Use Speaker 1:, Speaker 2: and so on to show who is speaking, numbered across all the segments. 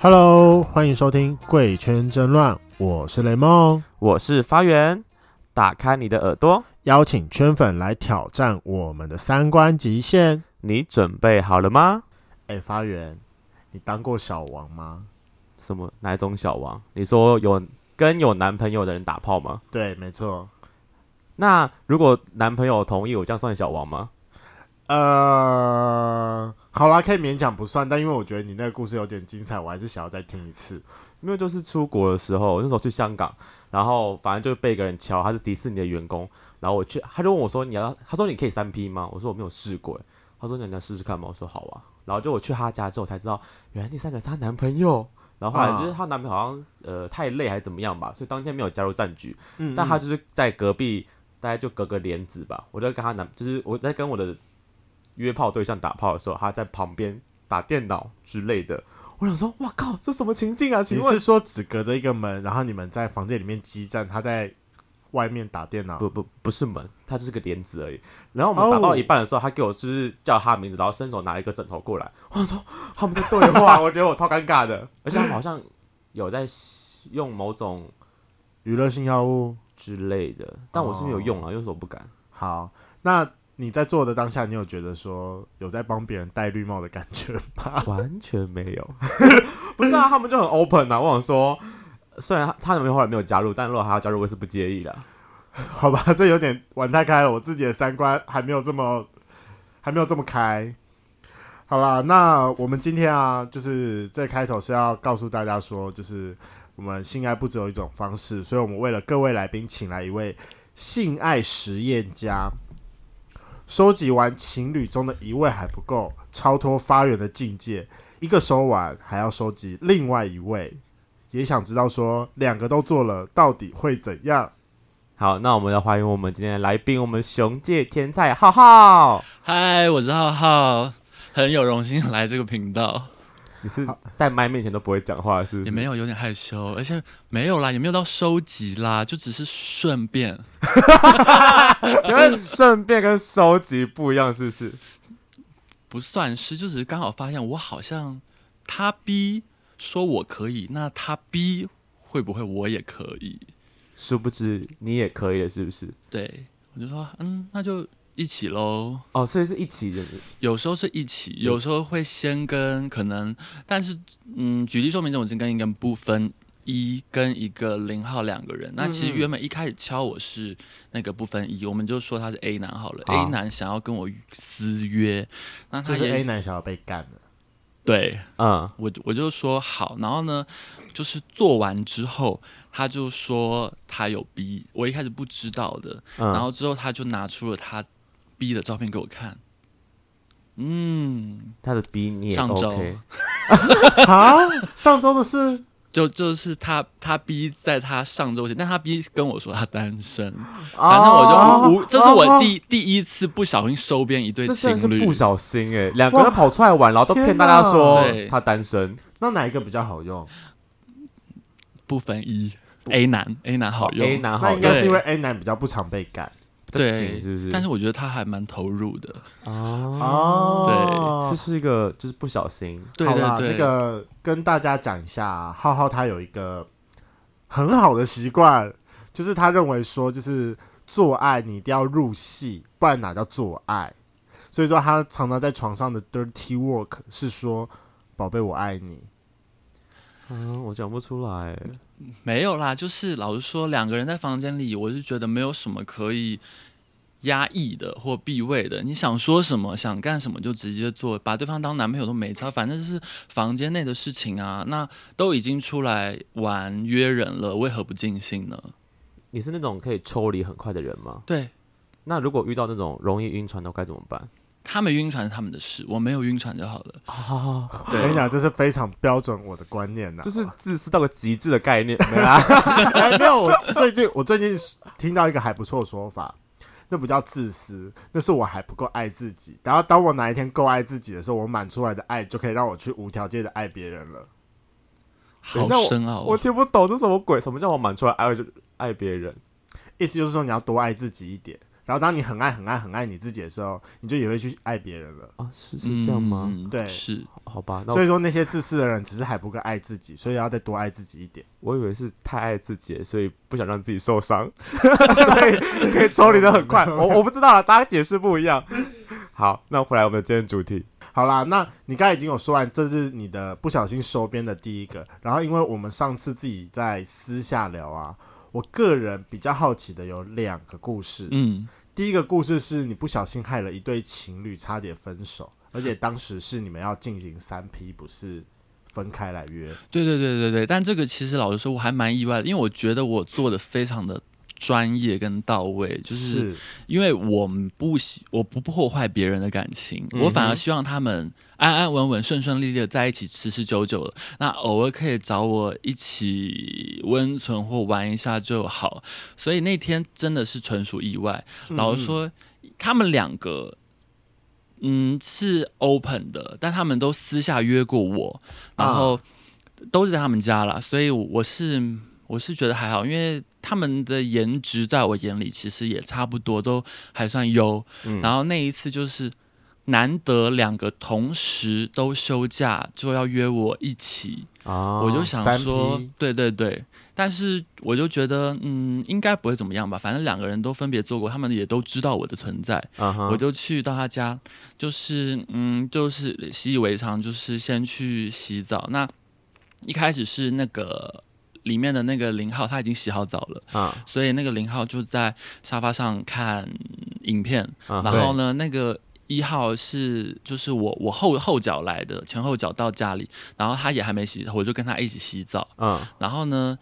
Speaker 1: Hello，欢迎收听《贵圈争乱》，我是雷梦，
Speaker 2: 我是发源，打开你的耳朵，
Speaker 1: 邀请圈粉来挑战我们的三观极限。
Speaker 2: 你准备好了吗？
Speaker 1: 哎，发源，你当过小王吗？
Speaker 2: 什么哪一种小王？你说有跟有男朋友的人打炮吗？
Speaker 1: 对，没错。
Speaker 2: 那如果男朋友同意，我这样算小王吗？
Speaker 1: 呃，好啦，可以勉强不算，但因为我觉得你那个故事有点精彩，我还是想要再听一次。
Speaker 2: 因为就是出国的时候，那时候去香港，然后反正就被一个人敲，他是迪士尼的员工，然后我去，他就问我说：“你要？”他说：“你可以三 P 吗？”我说：“我没有试过。”他说：“那你要试试看吗？”我说：“好啊。”然后就我去他家之后才知道，原来第三个是她男朋友。然后后来就是她男朋友好像呃太累还是怎么样吧，所以当天没有加入战局。
Speaker 1: 嗯
Speaker 2: 但她就是在隔壁，大概就隔个帘子吧。我在跟她男，就是我在跟我的约炮对象打炮的时候，她在旁边打电脑之类的。我想说，哇靠，这什么情境啊？请
Speaker 1: 你
Speaker 2: 问
Speaker 1: 是说只隔着一个门，然后你们在房间里面激战，他在外面打电脑？
Speaker 2: 不不不是门，它就是个帘子而已。然后我们打
Speaker 1: 哦
Speaker 2: 到一半的时候，他给我就是叫他名字，然后伸手拿一个枕头过来。我想说他们在对 话，我觉得我超尴尬的。而且他们好像有在用某种
Speaker 1: 娱乐性药物。
Speaker 2: 之类的，但我是没有用啊，因为我不敢。
Speaker 1: 好，那你在做的当下，你有觉得说有在帮别人戴绿帽的感觉吗？
Speaker 2: 完全没有， 不是啊，他们就很 open 啊。我想说，虽然他他们后来没有加入，但如果他要加入，我也是不介意的。
Speaker 1: 好吧， 这有点玩太开了，我自己的三观还没有这么还没有这么开。好啦，那我们今天啊，就是这开头是要告诉大家说，就是我们性爱不只有一种方式，所以我们为了各位来宾，请来一位性爱实验家，收集完情侣中的一位还不够，超脱发源的境界，一个收完还要收集另外一位，也想知道说两个都做了到底会怎样。
Speaker 2: 好，那我们要欢迎我们今天的来宾，我们熊界天才浩浩。
Speaker 3: 嗨，我是浩浩，很有荣幸来这个频道，
Speaker 2: 你是在麦面前都不会讲话，是不是？
Speaker 3: 也没有有点害羞，而且没有啦，也没有到收集啦，就只是顺便，
Speaker 2: 请问顺便跟收集不一样是不是？
Speaker 3: 不算是，就只是刚好发现我好像他 B 说我可以，那他 B 会不会我也可以？
Speaker 2: 殊不知你也可以了，是不是？
Speaker 3: 对，我就说嗯，那就一起喽。
Speaker 2: 哦，所以是一起的。
Speaker 3: 有时候是一起，有时候会先跟可能，但是嗯，举例说明这种是跟一个不分一跟一个零号两个人。那其实
Speaker 2: 嗯嗯
Speaker 3: 原本一开始敲我是那个不分一，我们就说他是 A 男好了。
Speaker 2: 好
Speaker 3: A 男想要跟我私约，那他
Speaker 1: 就
Speaker 3: 也
Speaker 1: 是 A 男想要被干了，
Speaker 3: 对
Speaker 2: 嗯，
Speaker 3: 我我就说好，然后呢，就是做完之后，他就说他有 B，我一开始不知道的，
Speaker 2: 嗯
Speaker 3: 然后之后他就拿出了他 B 的照片给我看，嗯。
Speaker 2: 他的逼你也
Speaker 3: 上周
Speaker 2: OK。
Speaker 1: 啊，上周的事
Speaker 3: 就就是他他逼在他上周前，但他逼跟我说他单身，
Speaker 2: 反
Speaker 3: 反正我就无，
Speaker 2: 哦
Speaker 3: 这是我第第一次不小心收编一对
Speaker 2: 这真的是
Speaker 3: 情侣
Speaker 2: 不，小心哎、两个人跑出来玩，然后都骗大家说
Speaker 3: 天哪对
Speaker 2: 他单身，
Speaker 1: 那哪一个比较好用？
Speaker 3: 不分一 A 男 A 男好用
Speaker 2: 哦 A 男好
Speaker 1: 那应
Speaker 2: 用，
Speaker 1: 该是因为 A 男比较不常被干
Speaker 2: 比较
Speaker 3: 对，
Speaker 2: 紧是不是？
Speaker 3: 但是我觉得他还蛮投入的，
Speaker 1: 哦。
Speaker 2: 这是一个就是不小心，
Speaker 3: 对
Speaker 1: 好啦，
Speaker 3: 对对，
Speaker 1: 这个跟大家讲一下啊，浩浩他有一个很好的习惯，就是他认为说，就是做爱你一定要入戏，不然哪叫做爱？所以说他常常在床上的 dirty work 是说，宝贝我爱你。
Speaker 2: 嗯，我讲不出来，
Speaker 3: 没有啦，就是老实说，两个人在房间里，我是觉得没有什么可以压抑的或避讳的。你想说什么，想干什么就直接做，把对方当男朋友都没差，反正就是房间内的事情啊。那都已经出来玩约人了，为何不尽兴呢？
Speaker 2: 你是那种可以抽离很快的人吗？
Speaker 3: 对
Speaker 2: 那如果遇到那种容易晕船的该怎么办？
Speaker 3: 他们晕船是他们的事，我没有晕船就好了。
Speaker 2: 啊，
Speaker 1: 我跟你讲，这是非常标准我的观念呐、
Speaker 2: 就是自私到个极致的概念，没啦。
Speaker 1: 哎，没有，我最近我最近听到一个还不错的说法，那不叫自私，那是我还不够爱自己。然后当我哪一天够爱自己的时候，我满出来的爱就可以让我去无条件的爱别人了。
Speaker 2: 等
Speaker 3: 好
Speaker 2: 一下我
Speaker 3: 深奥、
Speaker 2: 我
Speaker 3: 哦，
Speaker 2: 听不懂这什么鬼，什么叫我满出来爱就爱别人？
Speaker 1: 意思就是说你要多爱自己一点，然后当你很爱很爱很爱你自己的时候，你就也会去爱别人了。
Speaker 2: 啊，是是这样吗？
Speaker 3: 嗯
Speaker 1: 对
Speaker 3: 是
Speaker 2: 好吧，那
Speaker 1: 所
Speaker 2: 我
Speaker 1: 以说那些自私的人只是还不够爱自己，所以要再多爱自己一点。
Speaker 2: 我以为是太爱自己了，所以不想让自己受伤，
Speaker 1: 所以可以抽离的很 快。
Speaker 2: 我我不知道啦，大家解释不一样。好，那回来我们的今天的主题，
Speaker 1: 好啦，那你刚才已经有说完，这是你的不小心收编的第一个。然后，因为我们上次自己在私下聊啊，我个人比较好奇的有两个故事。
Speaker 3: 嗯，
Speaker 1: 第一个故事是你不小心害了一对情侣差点分手，而且当时是你们要进行三批，不是分开来约。
Speaker 3: 对对对对对，但这个其实老实说我还蛮意外的，因为我觉得我做的非常的专业跟到位，就是因为我们不喜我不破坏别人的感情，
Speaker 2: 嗯哼
Speaker 3: 我反而希望他们安安稳稳、顺顺利利的在一起，持持久久的。那偶尔可以找我一起温存或玩一下就好。所以那天真的是纯属意外。老实说，他们两个。嗯，是 open 的，但他们都私下约过我，然后都是在他们家啦，所以我是我是觉得还好，因为他们的颜值在我眼里其实也差不多，都还算优。
Speaker 2: 嗯
Speaker 3: 然后那一次就是难得两个同时都休假，就要约我一起，
Speaker 2: 啊，
Speaker 3: 我就想
Speaker 1: 三
Speaker 3: 说
Speaker 1: 批，
Speaker 3: 对对对，但是我就觉得，嗯，应该不会怎么样吧，反正两个人都分别做过，他们也都知道我的存在，
Speaker 2: 啊哈，
Speaker 3: 我就去到他家，就是嗯，就是习以为常，就是先去洗澡。那一开始是那个里面的那个零号，他已经洗好澡了，
Speaker 2: 啊，
Speaker 3: 所以那个零号就在沙发上看影片。
Speaker 2: 然
Speaker 3: 啊然后呢，那个一号是就是我我后后脚来的，前后脚到家里，然后他也还没洗，我就跟他一起洗澡。
Speaker 2: 嗯，
Speaker 3: 然后呢，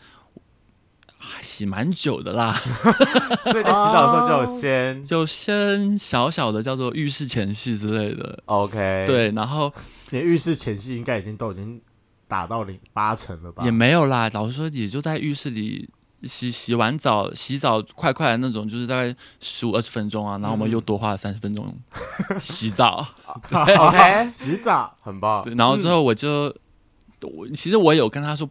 Speaker 3: 啊洗蛮久的啦，
Speaker 2: 所以在洗澡的时候就有先
Speaker 3: 有些小小的叫做浴室前戏之类的。
Speaker 2: OK，，
Speaker 3: 哦对，然后
Speaker 1: 你的浴室前戏应该已经都已经打到零八成了吧？
Speaker 3: 也没有啦，老实说，也就在浴室里洗洗完澡，洗澡快快的那种，就是大概十五二十分钟啊，然后我们又多花了三十分钟洗澡，
Speaker 2: OK
Speaker 1: 洗澡，
Speaker 2: 很棒，
Speaker 3: 对，然后之
Speaker 1: 嗯
Speaker 3: 后我就，我其实我有跟他说。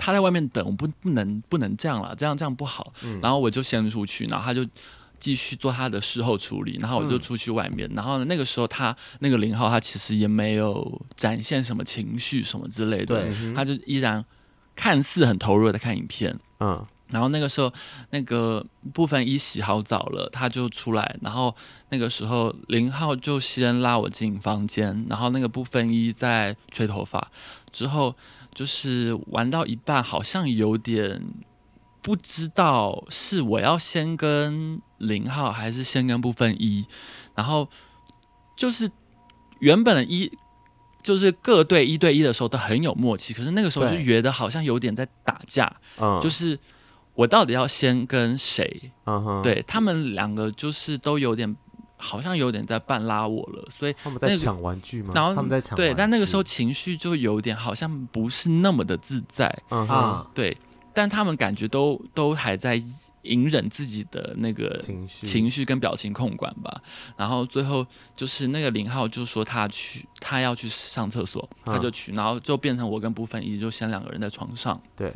Speaker 3: 他在外面等，我不不能不能这样了，这样这样不好。
Speaker 2: 嗯
Speaker 3: 然后我就先出去，然后他就继续做他的事后处理，然后我就
Speaker 1: 嗯
Speaker 3: 出去外面。然后呢，那个时候他那个零号他其实也没有展现什么情绪什么之类的
Speaker 2: 嗯
Speaker 1: 对，
Speaker 3: 他就依然看似很投入的看影片。
Speaker 2: 嗯，
Speaker 3: 然后那个时候，那个部分一洗好澡了，他就出来。然后那个时候，林浩就先拉我进房间，然后那个部分一在吹头发。之后就是玩到一半，好像有点不知道是我要先跟林浩，还是先跟部分一。然后就是原本的一就是各队一对一的时候都很有默契，可是那个时候就
Speaker 1: 对
Speaker 3: 觉得好像有点在打架。
Speaker 2: 嗯，
Speaker 3: 就是是我到底要先跟谁？
Speaker 2: 嗯哼，，
Speaker 3: 对他们两个就是都有点，好像有点在半拉我了，所以
Speaker 2: 他们
Speaker 3: 那
Speaker 2: 在
Speaker 3: 个
Speaker 2: 抢玩具吗？
Speaker 3: 然后
Speaker 1: 他们在抢
Speaker 3: 对，
Speaker 1: 玩
Speaker 3: 但那个
Speaker 1: 具
Speaker 3: 时候情绪就有点好像不是那么的自在，
Speaker 2: 嗯哼，
Speaker 1: 啊，
Speaker 3: 对，但他们感觉都都还在隐忍自己的那个
Speaker 2: 情绪，
Speaker 3: 情绪跟表情控管吧。然后最后就是那个林浩就说他去，他要去上厕所，他
Speaker 2: 嗯
Speaker 3: 就去，然后就变成我跟部分一就先两个人在床上。
Speaker 2: 对，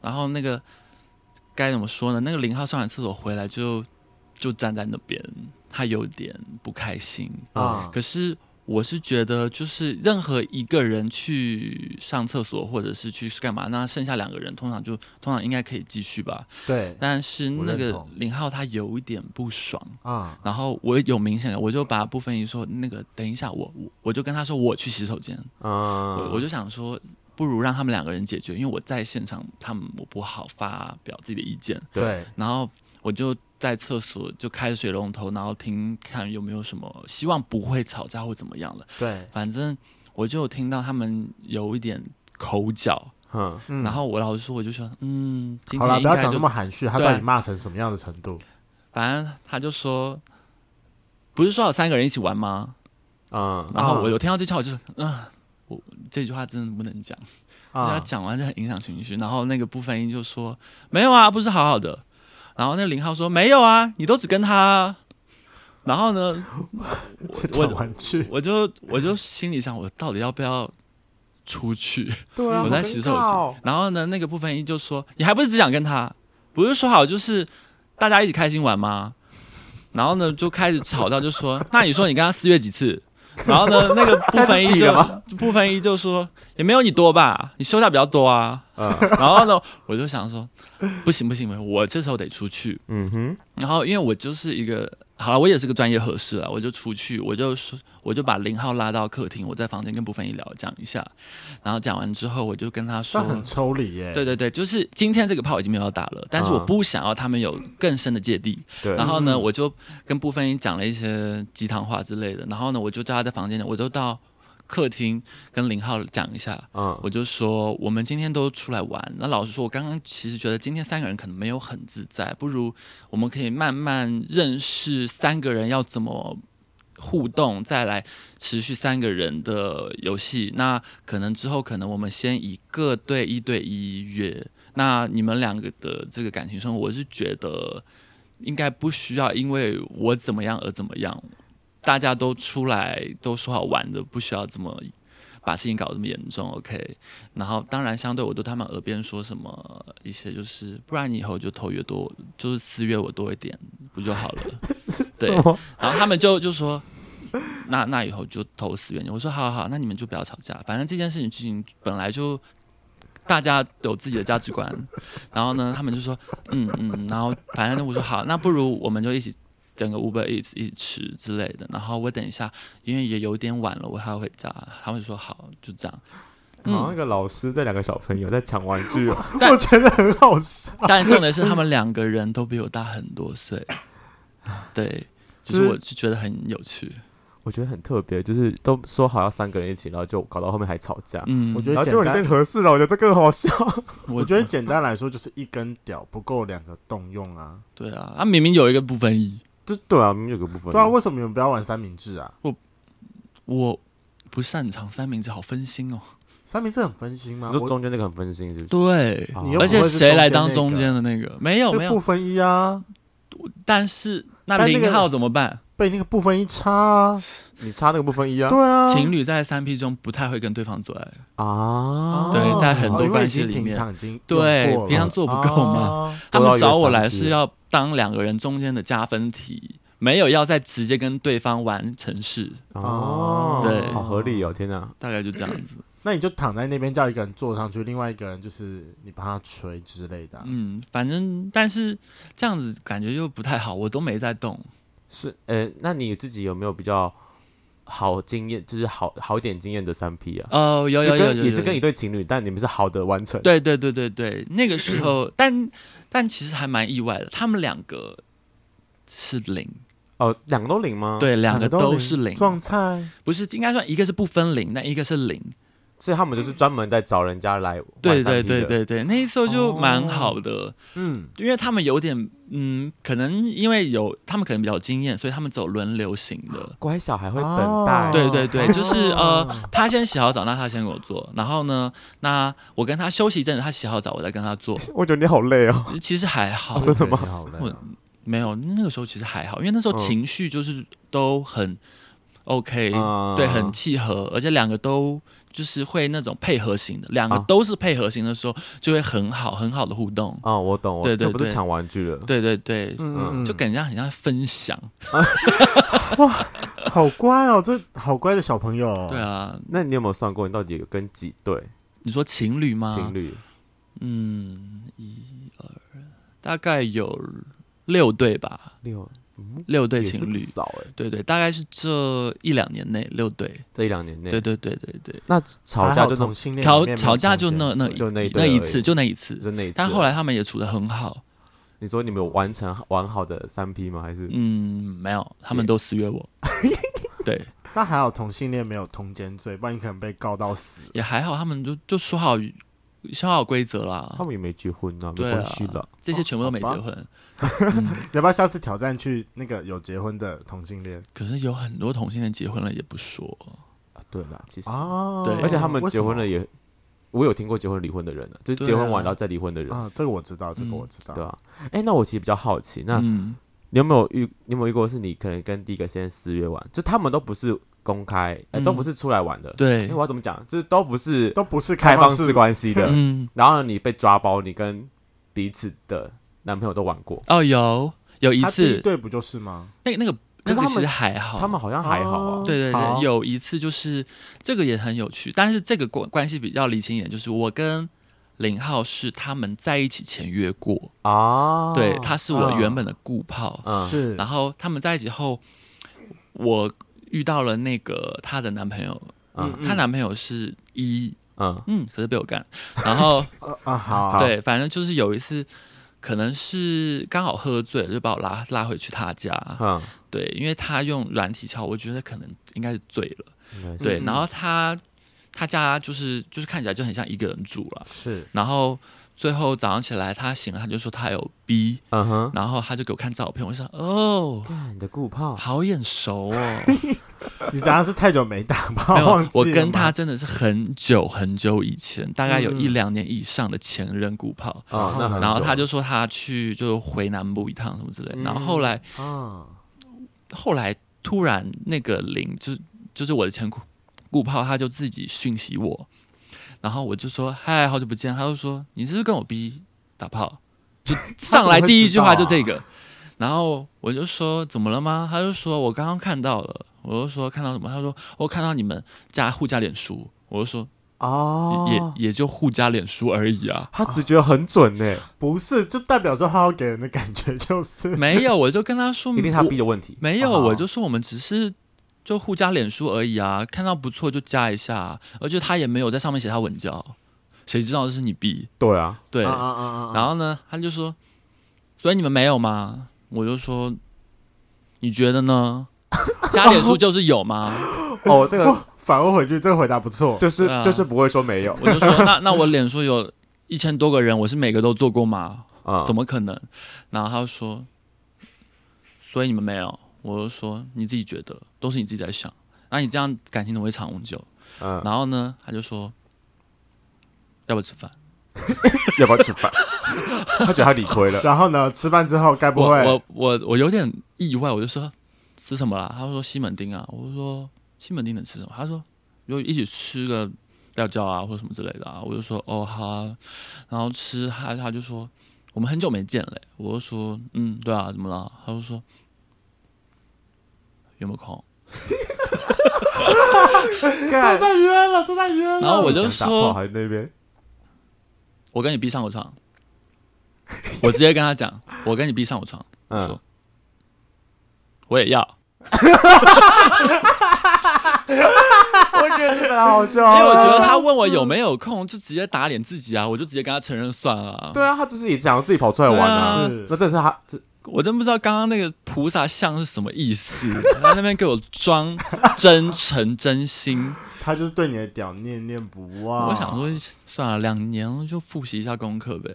Speaker 3: 然后那个该怎么说呢？那个零号上完厕所回来就就站在那边，他有点不开心。
Speaker 1: 啊
Speaker 3: 可是我是觉得，就是任何一个人去上厕所或者是去干嘛，那剩下两个人通常就通常应该可以继续吧。
Speaker 1: 对
Speaker 3: 但是
Speaker 1: 我
Speaker 3: 那
Speaker 1: 认
Speaker 3: 个
Speaker 1: 同
Speaker 3: 零号他有一点不爽。
Speaker 1: 啊，
Speaker 3: 然后我有明显的，我就把部分一说，那个等一下我我我就跟他说我去洗手间，
Speaker 2: 嗯，
Speaker 3: 我我就想说，不如让他们两个人解决，因为我在现场，他们我不好发表自己的意见。
Speaker 1: 对，
Speaker 3: 然后我就在厕所就开水龙头，然后听看有没有什么，希望不会吵架或怎么样了。
Speaker 1: 对，
Speaker 3: 反正我就有听到他们有一点口角，
Speaker 2: 嗯，
Speaker 1: 嗯
Speaker 3: 然后我老师说，我就说，嗯，今
Speaker 1: 好了，
Speaker 3: 天
Speaker 1: 不
Speaker 3: 应
Speaker 1: 要
Speaker 3: 该
Speaker 1: 讲
Speaker 3: 就
Speaker 1: 那么含蓄，他
Speaker 3: 对
Speaker 1: 到底骂成什么样的程度？
Speaker 3: 反正他就说。不是说有三个人一起玩吗？
Speaker 2: 嗯，
Speaker 3: 然后
Speaker 1: 啊
Speaker 3: 我有听到这句话，我就是，嗯、我这句话真的不能讲。他
Speaker 1: 啊，
Speaker 3: 讲完就很影响情绪，然后那个部分音就说没有啊，不是好好的。然后那个林浩说没有啊，你都只跟他啊、然后呢，
Speaker 1: 这
Speaker 3: 我
Speaker 1: 抢玩具，
Speaker 3: 我就我就心里想，我到底要不要出去？
Speaker 2: 对
Speaker 1: 啊
Speaker 3: 我在洗手
Speaker 2: 哦
Speaker 3: 间。然后呢，那个部分音就说你还不是只想跟他？不是说好就是大家一起开心玩吗？然后呢就开始吵到，就说那你说你跟他四月几次？然后呢，那个不分
Speaker 2: 太
Speaker 3: 一
Speaker 2: 低了
Speaker 3: 就
Speaker 2: 吧
Speaker 3: 不分一就说也没有你多吧，你休假比较多啊。
Speaker 2: 嗯
Speaker 3: 然后呢，我就想说不行不行不行，我这时候得出去。
Speaker 2: 嗯哼，
Speaker 3: 然后因为我就是一个好了，我也是个专业合适了，我就出去，我就说我就把零号拉到客厅，我在房间跟不分一聊讲一下。然后讲完之后，我就跟他说
Speaker 1: 算，很抽离耶、
Speaker 3: 对对对，就是今天这个炮已经没有要打了，但是我不想要他们有更深的芥蒂。
Speaker 2: 对，
Speaker 3: 然后呢，
Speaker 1: 嗯
Speaker 3: 我就跟布芬英讲了一些鸡汤话之类的。然后呢，我就叫他在房间里，我就到客厅跟林浩讲一下。
Speaker 2: 嗯
Speaker 3: 我就说，我们今天都出来玩。那老实说，我刚刚其实觉得今天三个人可能没有很自在，不如我们可以慢慢认识三个人要怎么互动，再来持续三个人的游戏。那可能之后可能我们先以各对一对一约。那你们两个的这个感情生活，我是觉得应该不需要因为我怎么样而怎么样。大家都出来都说好玩的，不需要这么把事情搞得这么严重，OK。然后当然，相对我对他们耳边说什么一些，就是不然你以后就投越多，就是私约我多一点，不就好了？对。
Speaker 2: 什么
Speaker 3: 然后他们就就说，那那以后就投私约你。我说好好好，那你们就不要吵架，反正这件事情事情本来就大家都有自己的价值观。然后呢，他们就说，嗯嗯，然后反正我说好，那不如我们就一起。整个 Uber 一起一起吃之类的，然后我等一下，因为也有点晚了，我还要回家。他们就说好，就这 样。嗯
Speaker 2: 好像那个老师这两个小朋友在抢玩具 哦，
Speaker 3: 但
Speaker 1: 我觉得很好笑，
Speaker 3: 但重点是，他们两个人都比我大很多岁，对，就
Speaker 2: 就是是
Speaker 3: 我就觉得很有趣。
Speaker 2: 我觉得很特别，就是都说好要三个人一起，然后就搞到后面还吵架，
Speaker 3: 嗯，
Speaker 1: 我觉
Speaker 2: 然
Speaker 1: 得
Speaker 2: 后结果
Speaker 1: 简
Speaker 2: 你
Speaker 1: 单
Speaker 2: 变。合适了，我觉得这更好 笑。
Speaker 3: 我
Speaker 1: 我觉得简单来说，就是一根屌不够两个动用啊。
Speaker 3: 对啊，啊明明有一个不分一，
Speaker 2: 就对啊，明明有个部分，
Speaker 1: 对啊，为什么你们不要玩三明治啊？
Speaker 3: 我不擅长三明治，好分心哦。
Speaker 1: 三明治很分心吗？
Speaker 2: 你说
Speaker 1: 我
Speaker 2: 中间那个很分心，是不是？
Speaker 3: 对，
Speaker 2: 啊
Speaker 1: 你又
Speaker 3: 而且
Speaker 1: 不会是
Speaker 3: 谁来
Speaker 1: 中
Speaker 3: 当
Speaker 1: 间那
Speaker 3: 中
Speaker 1: 个
Speaker 3: 间的那个？没有
Speaker 1: 就
Speaker 3: 没
Speaker 1: 不
Speaker 3: 有，
Speaker 1: 分一啊，
Speaker 3: 但是那
Speaker 1: 但那个
Speaker 3: 零号怎么办？
Speaker 1: 被那个不分一差啊。
Speaker 2: 你差那个部分一啊
Speaker 1: 对啊，
Speaker 3: 情侣在三 P 中不太会跟对方做爱，
Speaker 2: 啊！
Speaker 3: 对在很
Speaker 1: 哦
Speaker 3: 多
Speaker 1: 因为
Speaker 3: 关
Speaker 1: 已
Speaker 3: 系
Speaker 1: 经
Speaker 3: 里
Speaker 1: 平
Speaker 3: 面
Speaker 1: 常已经
Speaker 3: 对
Speaker 1: 用过了
Speaker 3: 平常做不够嘛
Speaker 1: 啊
Speaker 3: 他
Speaker 2: 都要约
Speaker 3: 们找我来
Speaker 2: 3P
Speaker 3: 是要当两个人中间的加分题，没有要再直接跟对方玩城市，
Speaker 2: 哦，
Speaker 3: 对
Speaker 2: 好合理哦！天哪，
Speaker 3: 大概就这样子。
Speaker 1: 那你就躺在那边叫一个人坐上去，另外一个人就是你帮他捶之类的啊、
Speaker 3: 嗯，反正但是这样子感觉又不太好，我都没在动。
Speaker 2: 是呃，那你自己有没有比较好经验，就是好好一点经验的三 P 啊？
Speaker 3: 哦，有
Speaker 2: 就
Speaker 3: 有有
Speaker 2: 跟
Speaker 3: 有，
Speaker 2: 也是
Speaker 3: 有
Speaker 2: 跟一对情侣，但你们是好的完成。
Speaker 3: 对对对对对，那个时候， 但但其实还蛮意外的，他们两个是零，
Speaker 2: 哦，两个都零吗？
Speaker 3: 对，两
Speaker 1: 个
Speaker 3: 个
Speaker 1: 都
Speaker 3: 都
Speaker 1: 零
Speaker 3: 是零，
Speaker 1: 撞菜，
Speaker 3: 不是应该算一个是不分零，那一个是零。
Speaker 2: 所以他们就是专门在找人家来玩
Speaker 3: 对对
Speaker 2: 3P
Speaker 3: 对
Speaker 2: 的，哦
Speaker 3: 对对，那时候就蛮好的，
Speaker 1: 嗯，
Speaker 3: 因为他们有点嗯，可能因为有他们可能比较有经验，所以他们走轮流型的。
Speaker 2: 乖小孩会等
Speaker 1: 哦
Speaker 2: 待。
Speaker 3: 对对 对，就是
Speaker 1: 哦
Speaker 3: 呃，他先洗好澡，那他先给我做。然后呢，那我跟他休息一阵子，他洗好澡，我再跟他 做。
Speaker 2: 我觉得你好累哦。
Speaker 3: 其实还好，
Speaker 1: 真的吗？好累
Speaker 3: 我
Speaker 1: 啊
Speaker 3: 没有，那个时候其实还好，因为那时候
Speaker 2: 嗯
Speaker 3: 情绪就是都很 OK，、
Speaker 2: 啊
Speaker 3: 对，很契合，而且两个都就是会那种配合型的，两个
Speaker 2: 啊
Speaker 3: 都是配合型的时候，就会很好很好的互动。
Speaker 2: 哦，我懂，我
Speaker 3: 对对
Speaker 2: 这不是
Speaker 3: 对
Speaker 2: 抢玩具了。
Speaker 3: 对对对，
Speaker 1: 嗯，嗯
Speaker 3: 就感觉很像分享。
Speaker 1: 好乖哦，这好乖的小朋友、哦。
Speaker 3: 对，啊，
Speaker 2: 那你有没有算过，你到底有跟几对
Speaker 3: 你说情侣吗？
Speaker 2: 情，侣？
Speaker 3: 嗯，一二，大概有六对吧，
Speaker 2: 六
Speaker 3: 六对
Speaker 2: 也是
Speaker 3: 情
Speaker 2: 不
Speaker 3: 侣。
Speaker 2: 少哎，
Speaker 3: 对对，大概是这一两年内六对，
Speaker 2: 这一两年内。
Speaker 3: 对对对对对，
Speaker 2: 那吵架就那
Speaker 1: 同性恋里
Speaker 3: 吵
Speaker 1: 面没有
Speaker 3: 吵架
Speaker 1: 同
Speaker 3: 就
Speaker 1: 性
Speaker 3: 那那
Speaker 2: 就那一对
Speaker 3: 那一
Speaker 2: 而已
Speaker 3: 次，就那一次，
Speaker 2: 就那一次。啊
Speaker 3: 但后来他们也处得很好，
Speaker 2: 你说你们有完成完好的三 P 吗？还是
Speaker 3: 嗯，没有，他们都私 约我，对，
Speaker 1: 那还好同性恋没有通奸罪，不然你可能被告到死。
Speaker 3: 也还好，他们就就说好说好规则
Speaker 2: 他
Speaker 3: 啦，
Speaker 2: 们也没结婚啊，没
Speaker 3: 对啊
Speaker 2: 关系了。，
Speaker 3: 这些全部都没结
Speaker 1: 好吧
Speaker 3: 婚，
Speaker 1: 要不要下次挑战去那个有结婚的同性恋
Speaker 3: 可是有很多同性恋结婚了也不说，
Speaker 2: 啊对啦，其实，
Speaker 1: 啊？
Speaker 3: 对
Speaker 2: 哦而且他们
Speaker 1: 为什
Speaker 2: 结
Speaker 1: 么
Speaker 2: 婚了也，我有听过结婚离婚的人呢，就是
Speaker 3: 对
Speaker 2: 结婚
Speaker 3: 啊
Speaker 2: 完然后再离婚的人，
Speaker 1: 啊，这个我知道，这个
Speaker 3: 嗯
Speaker 1: 我知道。
Speaker 2: 对啊。哎，那我其实比较好奇，那
Speaker 3: 嗯，
Speaker 2: 你有没有遇你有没有遇过是你可能跟第一个先私约完，就他们都不是公开，哎，都
Speaker 3: 嗯
Speaker 2: 不是出来玩的。
Speaker 3: 对
Speaker 2: 哎，我要怎么讲？就是都不是
Speaker 1: 都不是
Speaker 2: 开
Speaker 1: 放
Speaker 2: 放式关系的。
Speaker 3: 嗯，
Speaker 2: 然后你被抓包，你跟彼此的男朋友都玩过，
Speaker 3: 哦有。有一
Speaker 1: 他第
Speaker 3: 次
Speaker 1: 一，对不就是吗？
Speaker 3: 那那个
Speaker 2: 可是
Speaker 3: 那个
Speaker 2: 他
Speaker 3: 其
Speaker 2: 们
Speaker 3: 实还好，
Speaker 2: 他们好像还好啊
Speaker 1: 哦。
Speaker 3: 对对
Speaker 1: 好
Speaker 3: 对，有一次就是这个也很有趣，但是这个关关系比较理清一点，就是我跟林浩是他们在一起前约过，
Speaker 2: 啊，
Speaker 3: 哦对，他是我
Speaker 1: 啊
Speaker 3: 原本的顾炮，
Speaker 1: 哦
Speaker 2: 嗯
Speaker 1: 是
Speaker 3: 然后他们在一起后，我遇到了那个她的男朋友，
Speaker 2: 嗯
Speaker 3: 她男朋友是一，
Speaker 2: 嗯
Speaker 3: 嗯，可是被我干，然后
Speaker 1: 呃啊好，
Speaker 3: 对，反正就是有一次。可能是刚好喝醉了，就把我拉拉回去他家。
Speaker 2: 嗯，
Speaker 3: 对，因为他用软体敲，我觉得可能应该是醉了。
Speaker 2: 应该是
Speaker 3: 对，
Speaker 1: 嗯
Speaker 3: 然后他他家就是就是看起来就很像一个人住了，
Speaker 1: 是
Speaker 3: 然后最后早上起来他醒了，他就说他有 B，
Speaker 2: 嗯哼，
Speaker 3: 然后他就给我看照片，我就想哦，
Speaker 2: 看你的顾炮，
Speaker 3: 好眼熟 哦，
Speaker 1: 你等下是太久没打
Speaker 3: 没
Speaker 1: 炮，忘
Speaker 3: 有
Speaker 1: 记，
Speaker 3: 我
Speaker 1: 了
Speaker 3: 跟
Speaker 1: 吗
Speaker 3: 他真的是很久很久以前，大概有一
Speaker 1: 嗯
Speaker 3: 两年以上的前任股炮。
Speaker 2: 哦，那很
Speaker 3: 然后
Speaker 2: 久
Speaker 3: 他就说他去就回南部一趟什么之类的，然后
Speaker 2: 嗯
Speaker 3: 后来
Speaker 1: 啊，
Speaker 3: 后来突然那个零就就是我的前顾顾炮，他就自己讯息我，然后我就说嗨，好久不见，他就说你是不是跟我逼打炮？ 就上来第一句话就这
Speaker 2: 啊
Speaker 3: 个，然后我就说怎么了吗？他就说我刚刚看到了，我就说看到什么？他说我看到你们加互加脸书，我就说
Speaker 2: 哦，，
Speaker 3: 也、也就互加脸书而已啊
Speaker 2: 他直觉很准呢，
Speaker 1: 不是，就代表说他要给人的感觉就是
Speaker 3: 没有，我就跟他说
Speaker 2: 一定他
Speaker 3: 嗯我
Speaker 2: 逼的问题，
Speaker 3: 没有，
Speaker 1: 哦
Speaker 3: 我就说我们只是就互加脸书而已啊，看到不错就加一下啊，而且他也没有在上面写他文教，谁知道这是你 B
Speaker 2: 对啊，
Speaker 3: 对。
Speaker 1: 啊啊啊啊啊
Speaker 3: 然后呢，他就说，所以你们没有吗？我就说，你觉得 呢？加脸书就是有吗？
Speaker 2: 哦，这个
Speaker 1: 哇反问回去，这个回答不错，
Speaker 2: 就是
Speaker 3: 对啊
Speaker 2: 就是不会说没有，
Speaker 3: 我就说，那那我脸书有一千多个人，我是每个都做过吗？
Speaker 1: 啊
Speaker 2: 嗯，
Speaker 3: 怎么可能？然后他就说，所以你们没有。我就说你自己觉得，都是你自己在想。那你这样感情怎么会长久？
Speaker 2: 嗯，
Speaker 3: 然后呢，他就说要不要吃饭？
Speaker 2: 要不要吃 饭？他觉得他理亏了，
Speaker 1: 然后呢，吃饭之后该不
Speaker 3: 我
Speaker 1: 会
Speaker 3: 我我我有点意外，我就说吃什么啦？他说西门町啊，我就说西门町能吃什么？他说就一起吃个料椒啊，或者什么之类的啊。我就说哦好啊，然后吃他他就说我们很久没见了欸、我就说嗯对啊，怎么了？他就说有没有空？
Speaker 1: 这在约了，这在约了，
Speaker 3: 然后我就
Speaker 2: 想打炮
Speaker 3: 说
Speaker 2: 还那边
Speaker 3: 我跟你逼上我床，我直接跟他讲，我跟你逼上我床。
Speaker 2: 嗯
Speaker 3: 说，我也要，
Speaker 2: 我觉得这个好笑
Speaker 3: 因为我觉得他问我有没有空，就直接打脸自己啊，我就直接跟他承认算了、啊。
Speaker 2: 对啊，他就是也想要自己跑出来玩啊，
Speaker 1: 对啊
Speaker 2: 那真的是他这
Speaker 3: 我真不知道刚刚那个菩萨像是什么意思，他那边给我装真诚真心，
Speaker 1: 他就是对你的屌念念不忘。
Speaker 3: 我想，说算了，两年就复习一下功课呗，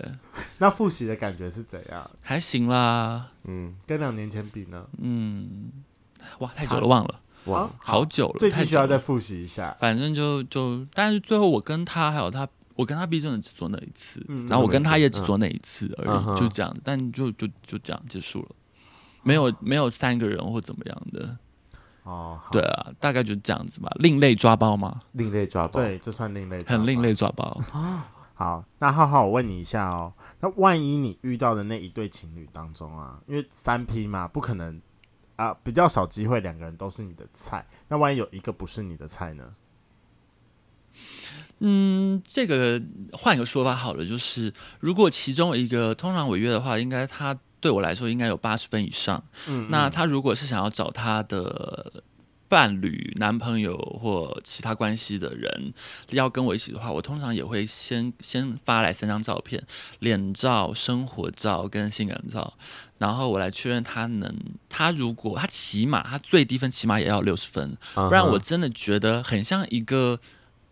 Speaker 1: 那复习的感觉是怎样？
Speaker 3: 还行啦，
Speaker 2: 嗯
Speaker 1: 跟两年前比呢？
Speaker 3: 嗯，哇，太久了忘了，
Speaker 2: 哇
Speaker 1: 啊，
Speaker 3: 好久了，
Speaker 1: 最
Speaker 3: 太
Speaker 1: 近需
Speaker 3: 久
Speaker 1: 要再
Speaker 3: 了，
Speaker 1: 复习一下。
Speaker 3: 反正就就，但是最后我跟他还有他。我跟他毕真的只做那一次，
Speaker 1: 嗯
Speaker 3: 然后我跟他也只
Speaker 2: 嗯
Speaker 3: 做那一次而
Speaker 2: 嗯
Speaker 3: 已，
Speaker 2: 哼
Speaker 3: 就这样，但就就就这样结束了，没有没有三个人或怎么样的，
Speaker 1: 哦，好
Speaker 3: 对啊，大概就这样子吧。另类抓包嘛，
Speaker 2: 另类抓包，
Speaker 1: 对，这算另类，
Speaker 3: 很另。类抓包。
Speaker 1: 好，那浩浩，我问你一下哦，那万一你遇到的那一对情侣当中啊，因为三 P 嘛，不可能啊、比较少机会两个人都是你的菜。那万一有一个不是你的菜呢？
Speaker 3: 嗯，这个换一个说法好了，就是如果其中一个通常违约的话，应该他对我来说应该有八十分以上。
Speaker 1: 嗯
Speaker 3: 那他如果是想要找他的伴侣、男朋友或其他关系的人要跟我一起的话，我通常也会先先发来三张照片：脸照、生活照跟性感照，然后我来确认他能。他如果他起码他最低分起码也要六十分，
Speaker 2: 不
Speaker 3: 不然我真的觉得很像一个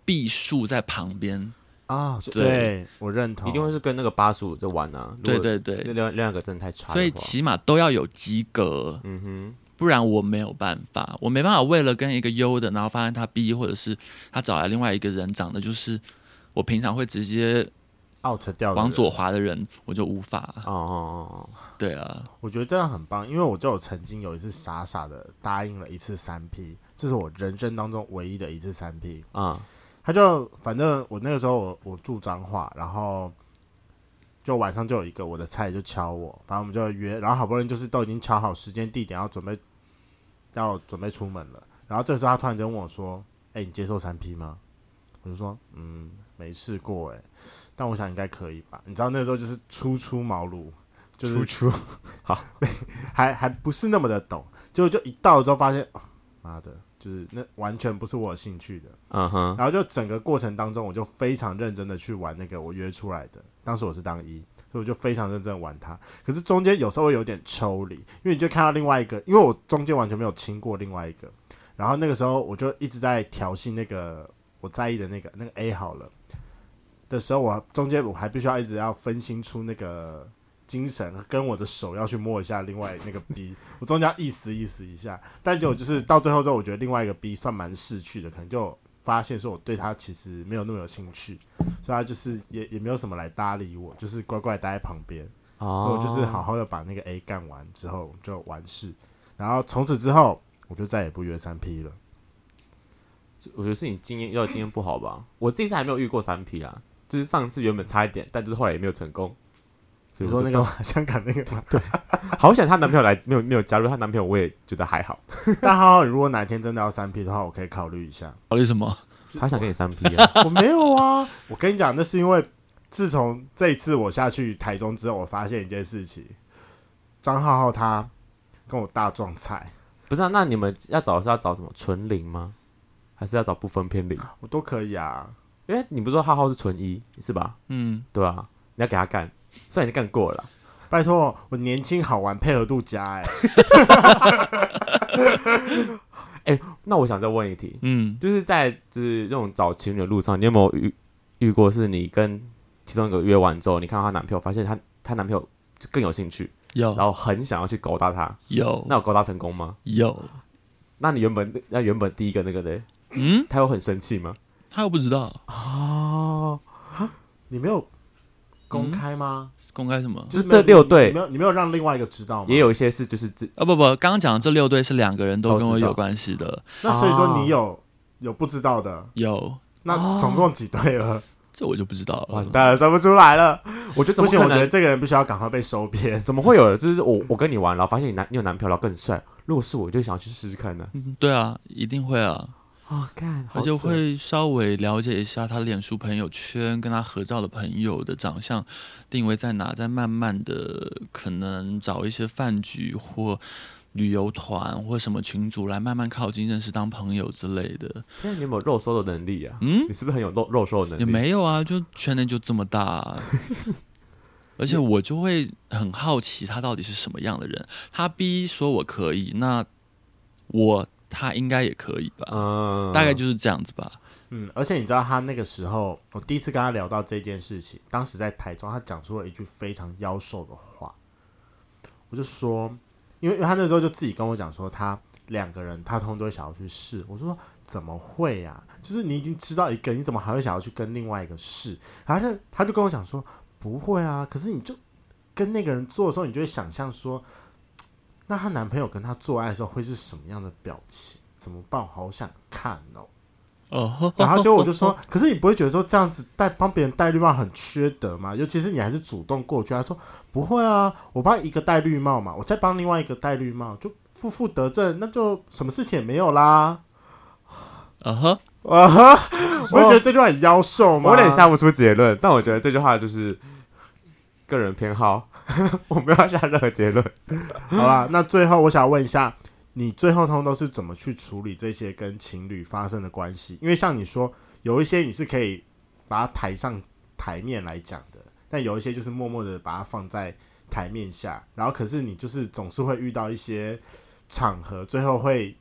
Speaker 3: 避数在旁边。
Speaker 1: 啊，
Speaker 3: 对
Speaker 1: 对我认同，
Speaker 2: 一定会是跟那个八十五就玩啊，如果
Speaker 3: 对对
Speaker 2: 那
Speaker 3: 对，
Speaker 2: 两两个真的太差的话，
Speaker 3: 所以起码都要有及格，
Speaker 2: 嗯
Speaker 3: 不然我没有办法，我没办法为了跟一个优的，然后发现他 B，或者是他找来另外一个人长得就是我平常会直接
Speaker 1: out 掉的
Speaker 3: 往
Speaker 1: 人
Speaker 3: 左滑的人，我就无法。
Speaker 2: 哼，哦哦哦
Speaker 3: 对啊，
Speaker 1: 我觉得这样很棒，因为我就有曾经有一次傻傻的答应了一次三 P，这是我人生当中唯一的一次三 P。
Speaker 2: 哦，啊
Speaker 1: 他就反正我那个时候我我住彰化，然后就晚上就有一个我的菜就敲我，反正我们就约，然后好不容易就是都已经敲好时间地点，要准备要准备出门了，然后这时候他突然间问我说：“哎、你接受三 P 吗？”我就说：“嗯，没试过哎、但我想应该可以吧。”你知道那时候就是初出茅庐，就是
Speaker 2: 出
Speaker 1: 还还不是那么的懂，结果就一到了之后发现，啊妈的，就是那完全不是我有兴趣的。
Speaker 2: 嗯哼，
Speaker 1: 然后就整个过程当中，我就非常认真的去玩那个我约出来的，当时我是当一，所以我就非常认真的玩它。可是中间有时候会有点抽离，因为你就看到另外一个，因为我中间完全没有亲过另外一个，然后那个时候我就一直在调戏那个我在意的那个那个 A 好了的时候，我中间我还必须要一直要分心出那个。精神跟我的手要去摸一下另外那个 B，我中间要意思意思一下，但结果就是到最后之后，我觉得另外一个 B 算蛮逝去的，可能就发现说我对他其实没有那么有兴趣，所以他就是也也没有什么来搭理我，就是乖乖待在旁边。所以
Speaker 2: 哦，
Speaker 1: 我就是好好的把那个 A 干完之后就完事，然后从此之后我就再也不约三 P 了。
Speaker 2: 我觉得是你经验要有经验不好吧？我自己是还没有遇过三 P 啦，就是上次原本差一点，但就是后来也没有成功。
Speaker 1: 比
Speaker 2: 所以
Speaker 1: 如
Speaker 2: 我
Speaker 1: 说
Speaker 2: 就
Speaker 1: 那个 香港那个吗，
Speaker 2: 好想她男朋友来，没有没有加入她男朋友，我也觉得还好。
Speaker 1: 但浩浩，如果哪天真的要三 P 的话，我可以考虑一下。
Speaker 3: 考虑什么？
Speaker 2: 她想跟你三 P 啊？
Speaker 1: 我没有啊，我跟你讲，那是因为自从这一次我下去台中之后，我发现一件事情，张浩浩他跟我大撞菜，
Speaker 2: 不是啊，那你们要找是要找什么纯零吗？还是要找不分偏零？
Speaker 1: 我都可以啊。
Speaker 2: 因为你不是说浩浩是纯一是吧？
Speaker 3: 嗯，
Speaker 2: 对啊，你要给他干，虽然已经干过了啦，
Speaker 1: 拜托，我年轻好玩，配合度佳哎、
Speaker 2: 那我想再问一题，
Speaker 3: 嗯，
Speaker 2: 就是在就是这种找情侣的路上，你有没有遇遇过是你跟其中一个约完之后，你看到她男朋友，发现她她男朋友就更有兴趣，然
Speaker 3: 有
Speaker 2: 后很想要去勾搭她，
Speaker 3: 有
Speaker 2: 那有勾搭成功吗？
Speaker 3: 有，
Speaker 2: 那你原本那原本第一个那个嘞，
Speaker 3: 嗯，
Speaker 2: 他有很生气吗？
Speaker 3: 他又不知道
Speaker 2: 哦，
Speaker 1: 你没有公开吗？
Speaker 3: 公开什么
Speaker 2: 就是嗯这六对
Speaker 1: 你没有你没有让另外一个知道吗？
Speaker 2: 也有一些是就是自
Speaker 3: 啊、不不，刚刚讲的这六对是两个人都
Speaker 2: 都
Speaker 3: 跟我
Speaker 2: 知道
Speaker 3: 有关系的，
Speaker 1: 那所以说
Speaker 2: 啊
Speaker 1: 你有、有不知道的，
Speaker 3: 有
Speaker 2: 哦
Speaker 1: 那总共几对了？
Speaker 3: 这我就不知道
Speaker 2: 完
Speaker 3: 了。
Speaker 2: 蛋了，算不出来了。哦我觉得怎
Speaker 1: 不
Speaker 2: 么
Speaker 1: 行，
Speaker 2: 可
Speaker 1: 我觉得
Speaker 2: 能？
Speaker 1: 这个人必须要赶快被收编。
Speaker 2: 怎么会有人？就是我我跟你玩，然后发现你男你有男票，然后更帅。如果是我，我就想要去试试看呢。
Speaker 3: 嗯对啊，一定会啊，
Speaker 2: 啊，看，
Speaker 3: 而且会稍微了解一下他脸书朋友圈跟他合照的朋友的长相定位在哪，再慢慢的可能找一些饭局或旅游团或什么群组来慢慢靠近认识当朋友之类的。
Speaker 2: 现在你有没有肉搜的能力啊？
Speaker 3: 嗯，
Speaker 2: 你是不是很有肉肉搜的能力？
Speaker 3: 也没有啊，就圈内就这么大啊、而且我就会很好奇他到底是什么样的人。他 B 说我可以，那我他应该也可以吧？
Speaker 2: 嗯，
Speaker 3: 大概就是这样子吧。
Speaker 1: 嗯，而且你知道他那个时候，我第一次跟他聊到这件事情，当时在台中，他讲出了一句非常妖兽的话，我就说，因为因为他那时候就自己跟我讲说，他两个人他通通都会想要去试，我说怎么会呀、就是你已经知道一个，你怎么还会想要去跟另外一个试？然后他就他就跟我讲说，不会啊，可是你就跟那个人做的时候，你就会想象说，那她男朋友跟她做爱的时候会是什么样的表情？怎么办？我好想看哦。
Speaker 3: 哦，
Speaker 1: 然后结果我就说，可是你不会觉得说这样子戴帮别人戴绿帽很缺德吗？尤其是你还是主动过去，他说不会啊，我帮一个戴绿帽嘛，我再帮另外一个戴绿帽，就负负得正，那就什么事情也没有啦。
Speaker 3: 啊哈，
Speaker 1: 啊哈，我就觉得这句话很妖兽嘛，
Speaker 2: 我有点下不出结论，但我觉得这句话就是个人偏好， 我没有要下任何结论。
Speaker 1: 好啦，那最后我想问一下，你最后通通都是怎么去处理这些跟情侣发生的关系？因为像你说，有一些你是可以把它抬上台面来讲的，但有一些就是默默的把它放在台面下，然后可是你就是总是会遇到一些场合，最后会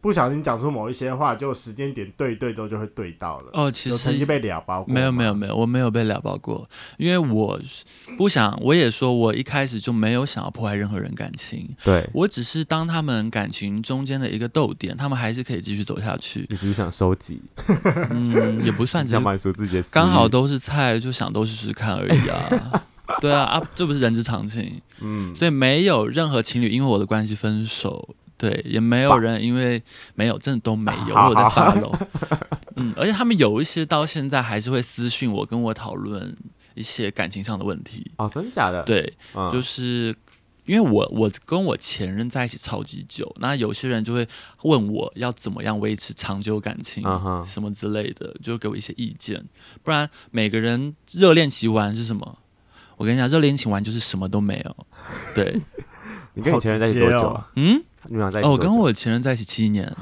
Speaker 1: 不小心讲出某一些话，就时间点对对都就会对到了。
Speaker 3: 哦，其
Speaker 1: 有曾
Speaker 3: 实
Speaker 1: 经被聊包过
Speaker 3: 没有
Speaker 1: 吗
Speaker 3: 没有，没有，我没有被撩包过，因为我是不想，我也说我一开始就没有想要破坏任何人感情，
Speaker 2: 对，
Speaker 3: 我只是当他们感情中间的一个逗点，他们还是可以继续走下去。
Speaker 2: 你只是想收集，
Speaker 3: 嗯，也不算只是
Speaker 2: 想满足自己的私欲
Speaker 3: 刚好都是菜，就想都试试看而已啊。对啊啊，这不是人之常情，
Speaker 2: 嗯，
Speaker 3: 所以没有任何情侣因为我的关系分手，对，也没有人因为没有，真的都没有，
Speaker 2: 好
Speaker 3: 我有在 发 o 嗯，而且他们有一些到现在还是会私讯我，跟我讨论。一些感情上的问题。
Speaker 2: 哦，真假的？，
Speaker 3: 对，
Speaker 2: 嗯，
Speaker 3: 就是因为我我跟我前任在一起超级久，那有些人就会问我要怎么样维持长久感情
Speaker 2: 嗯哼
Speaker 3: 什么之类的，就给我一些意见。不然每个人热恋期完是什么？我跟你讲，热恋期完就是什么都没有。对，
Speaker 2: 你跟你前任在一起多
Speaker 1: 好直
Speaker 2: 久
Speaker 1: 接哦
Speaker 2: 啊？
Speaker 3: 嗯，
Speaker 2: 你们俩在一起
Speaker 3: 哦，
Speaker 2: 多
Speaker 3: 我
Speaker 2: 久？
Speaker 3: 跟我前任在一起七年，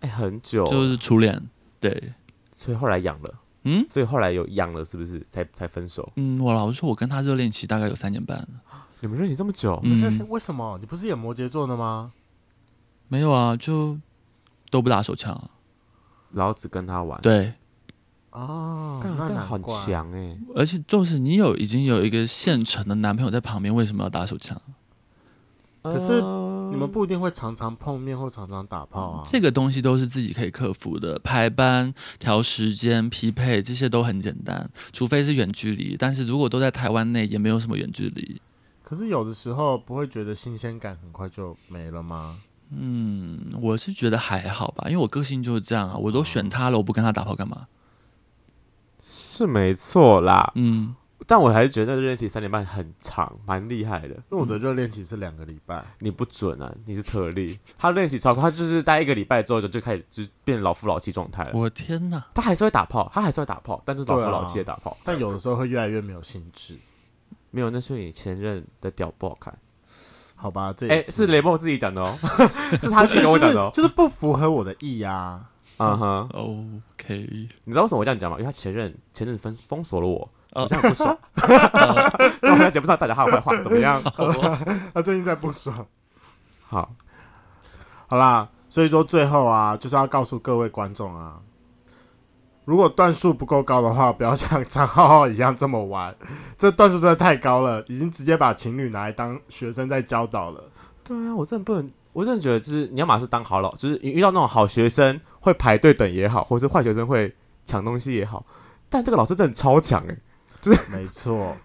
Speaker 2: 哎，很久，
Speaker 3: 就是初恋。对，
Speaker 2: 所以后来养了，
Speaker 3: 嗯
Speaker 2: 所以后来有养了，是不是才才分手？
Speaker 3: 嗯，我老实说，我跟他热恋期大概有三年半。
Speaker 2: 你们认识这么久？
Speaker 1: 不是
Speaker 3: 嗯，
Speaker 1: 为什么？你不是也摩羯座的吗？
Speaker 3: 没有啊，就都不打手枪啊。
Speaker 2: 然后只跟他玩，，
Speaker 3: 对，
Speaker 1: 哦，
Speaker 2: 干
Speaker 1: 那
Speaker 2: 这
Speaker 1: 难
Speaker 2: 很
Speaker 1: 怪。
Speaker 2: 强哎，
Speaker 3: 而且就是你有已经有一个现成的男朋友在旁边，为什么要打手枪？
Speaker 1: 可是
Speaker 2: 嗯
Speaker 1: 你们不一定会常常碰面或常常打炮啊。
Speaker 3: 嗯这个东西都是自己可以克服的，排班、调时间、匹配这些都很简单，除非是远距离。但是如果都在台湾内，也没有什么远距离。
Speaker 1: 可是有的时候不会觉得新鲜感很快就没了吗？
Speaker 3: 嗯，我是觉得还好吧，因为我个性就是这样啊，我都选他了，我不跟他打炮干嘛？
Speaker 2: 是没错啦，
Speaker 3: 嗯，
Speaker 2: 但我还是觉得热恋期三年半很长，蛮厉害的。
Speaker 1: 因为我
Speaker 3: 嗯
Speaker 1: 的热恋期是两个礼拜，
Speaker 2: 你不准啊，你是特例。他热恋期超过，他就是待一个礼拜之后就就开始就变老夫老妻状态了。
Speaker 3: 我天哪，
Speaker 2: 他还是会打炮，他还是会打炮，但是
Speaker 1: 啊
Speaker 2: 老夫老妻的打炮，
Speaker 1: 但有的时候会越来越没有兴致，
Speaker 2: 没有那是你前任的屌不好看。
Speaker 1: 好吧？这
Speaker 2: 哎、
Speaker 1: 也
Speaker 2: 是
Speaker 1: 是
Speaker 2: 雷梦自己讲的哦， 是他自己
Speaker 1: 是
Speaker 2: 跟
Speaker 1: 就
Speaker 2: 我讲
Speaker 1: 是
Speaker 2: 的哦。
Speaker 1: 就是不符合我的意啊。
Speaker 2: 嗯哼，
Speaker 3: OK，
Speaker 2: 你知道为什么我这样讲吗？因为他前任前任封封锁了我，
Speaker 3: 哦
Speaker 2: 我这样很不爽，
Speaker 1: 哦
Speaker 2: 然后我在节目上大家他的坏话，怎 么样？
Speaker 1: 他啊最近在不爽。
Speaker 2: 好，
Speaker 1: 好啦，所以说最后啊，就是要告诉各位观众啊，如果段数不够高的话，不要像张浩浩一样这么玩，这段数真的太高了，已经直接把情侣拿来当学生在教导了。
Speaker 2: 对啊，我真的不能，我真的觉得就是你要么是当好老，就是你遇到那种好学生会排队等也好，或者是坏学生会抢东西也好，但这个老师真的超强哎、
Speaker 1: 没错。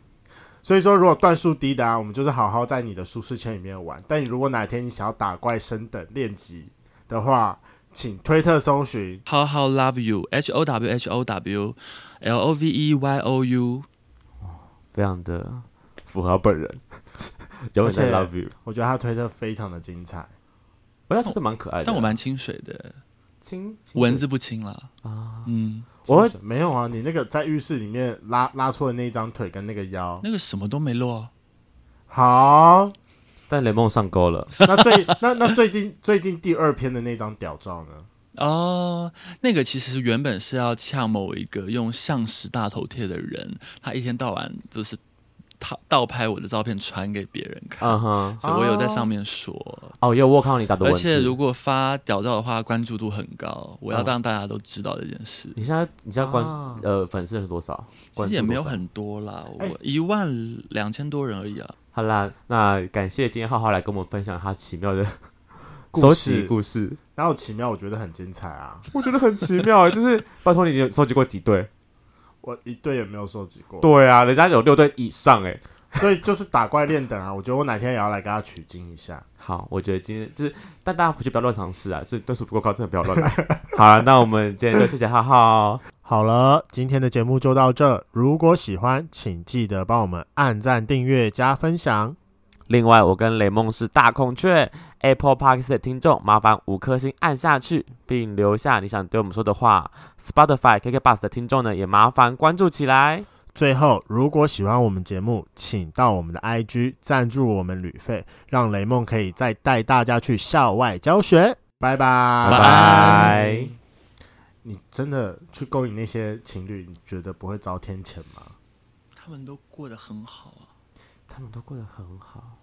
Speaker 1: 所以说，如果段数低的啊，我们就是好好在你的舒适圈里面玩。但你如果哪天你想要打怪升等练级的话，请推特搜寻。
Speaker 3: How How Love You H O W H O W L O V E Y O U，
Speaker 2: 非常的符合本 人，永远在
Speaker 1: 而
Speaker 2: love you。
Speaker 1: 我觉得他推特非常的精彩。
Speaker 2: 我觉得这蛮可爱的，
Speaker 3: 但我蛮清水的，
Speaker 2: 亲
Speaker 3: 文字不清啦。啊，嗯，
Speaker 2: 我会
Speaker 1: 没有啊，你那个在浴室里面拉拉出的那一张腿跟那个腰，
Speaker 3: 那个什么都没落啊。
Speaker 1: 好。
Speaker 2: 但雷梦上钩了，
Speaker 1: 那最那那最近最近第二篇的那张屌照呢？
Speaker 3: 哦，那个其实原本是要呛某一个用相石大头贴的人，他一天到晚就是他盗拍我的照片传给别人看，
Speaker 2: 嗯哼，
Speaker 3: 所以我有在上面说。
Speaker 2: 哦，有我有看到你打的
Speaker 3: 而
Speaker 2: 文
Speaker 3: 且
Speaker 2: 字，
Speaker 3: 如果发屌照的话，关注度很高，我要
Speaker 2: 嗯
Speaker 3: 让大家都知道这件事。
Speaker 2: 你现在你现在关
Speaker 1: 啊
Speaker 2: 呃粉丝是多少？
Speaker 3: 其
Speaker 2: 关
Speaker 3: 实
Speaker 2: 注
Speaker 3: 也没有
Speaker 2: 多少
Speaker 3: 很多啦，我
Speaker 1: 哎
Speaker 3: 一万两千多人而已啊。
Speaker 2: 好啦，那感谢今天浩浩来跟我们分享他奇妙的
Speaker 1: 故
Speaker 2: 收
Speaker 1: 事
Speaker 2: 集故事，
Speaker 1: 然后奇妙，我觉得很精彩啊，
Speaker 2: 我觉得很奇妙欸， 就是拜托你有收集过几对？
Speaker 1: 我一对也没有收集过。
Speaker 2: 对啊，人家有六对以上哎。
Speaker 1: 所以就是打怪练等啊，我觉得我哪天也要来跟他取经一下。
Speaker 2: 好，我觉得今天就是，但大家回去不要乱尝试啊，这段数不够高，真的不要乱 来。好啦，那我们今天就谢谢浩浩。
Speaker 1: 好了，今天的节目就到这。如果喜欢，请记得帮我们按赞、订阅、加分享。
Speaker 2: 另外，我跟雷梦是大孔雀 Apple Park 的听众，麻烦五颗星按下去，并留下你想对我们说的话。Spotify KK Bus 的听众呢，也麻烦关注起来。
Speaker 1: 最后，如果喜欢我们节目，请到我们的 IG 赞助我们旅费，让雷梦可以再带大家去校外教学。拜拜，
Speaker 2: 拜拜。
Speaker 1: 你真的去勾引那些情侣，你觉得不会遭天谴吗？
Speaker 3: 他们都过得很好啊。
Speaker 2: 他们都过得很好。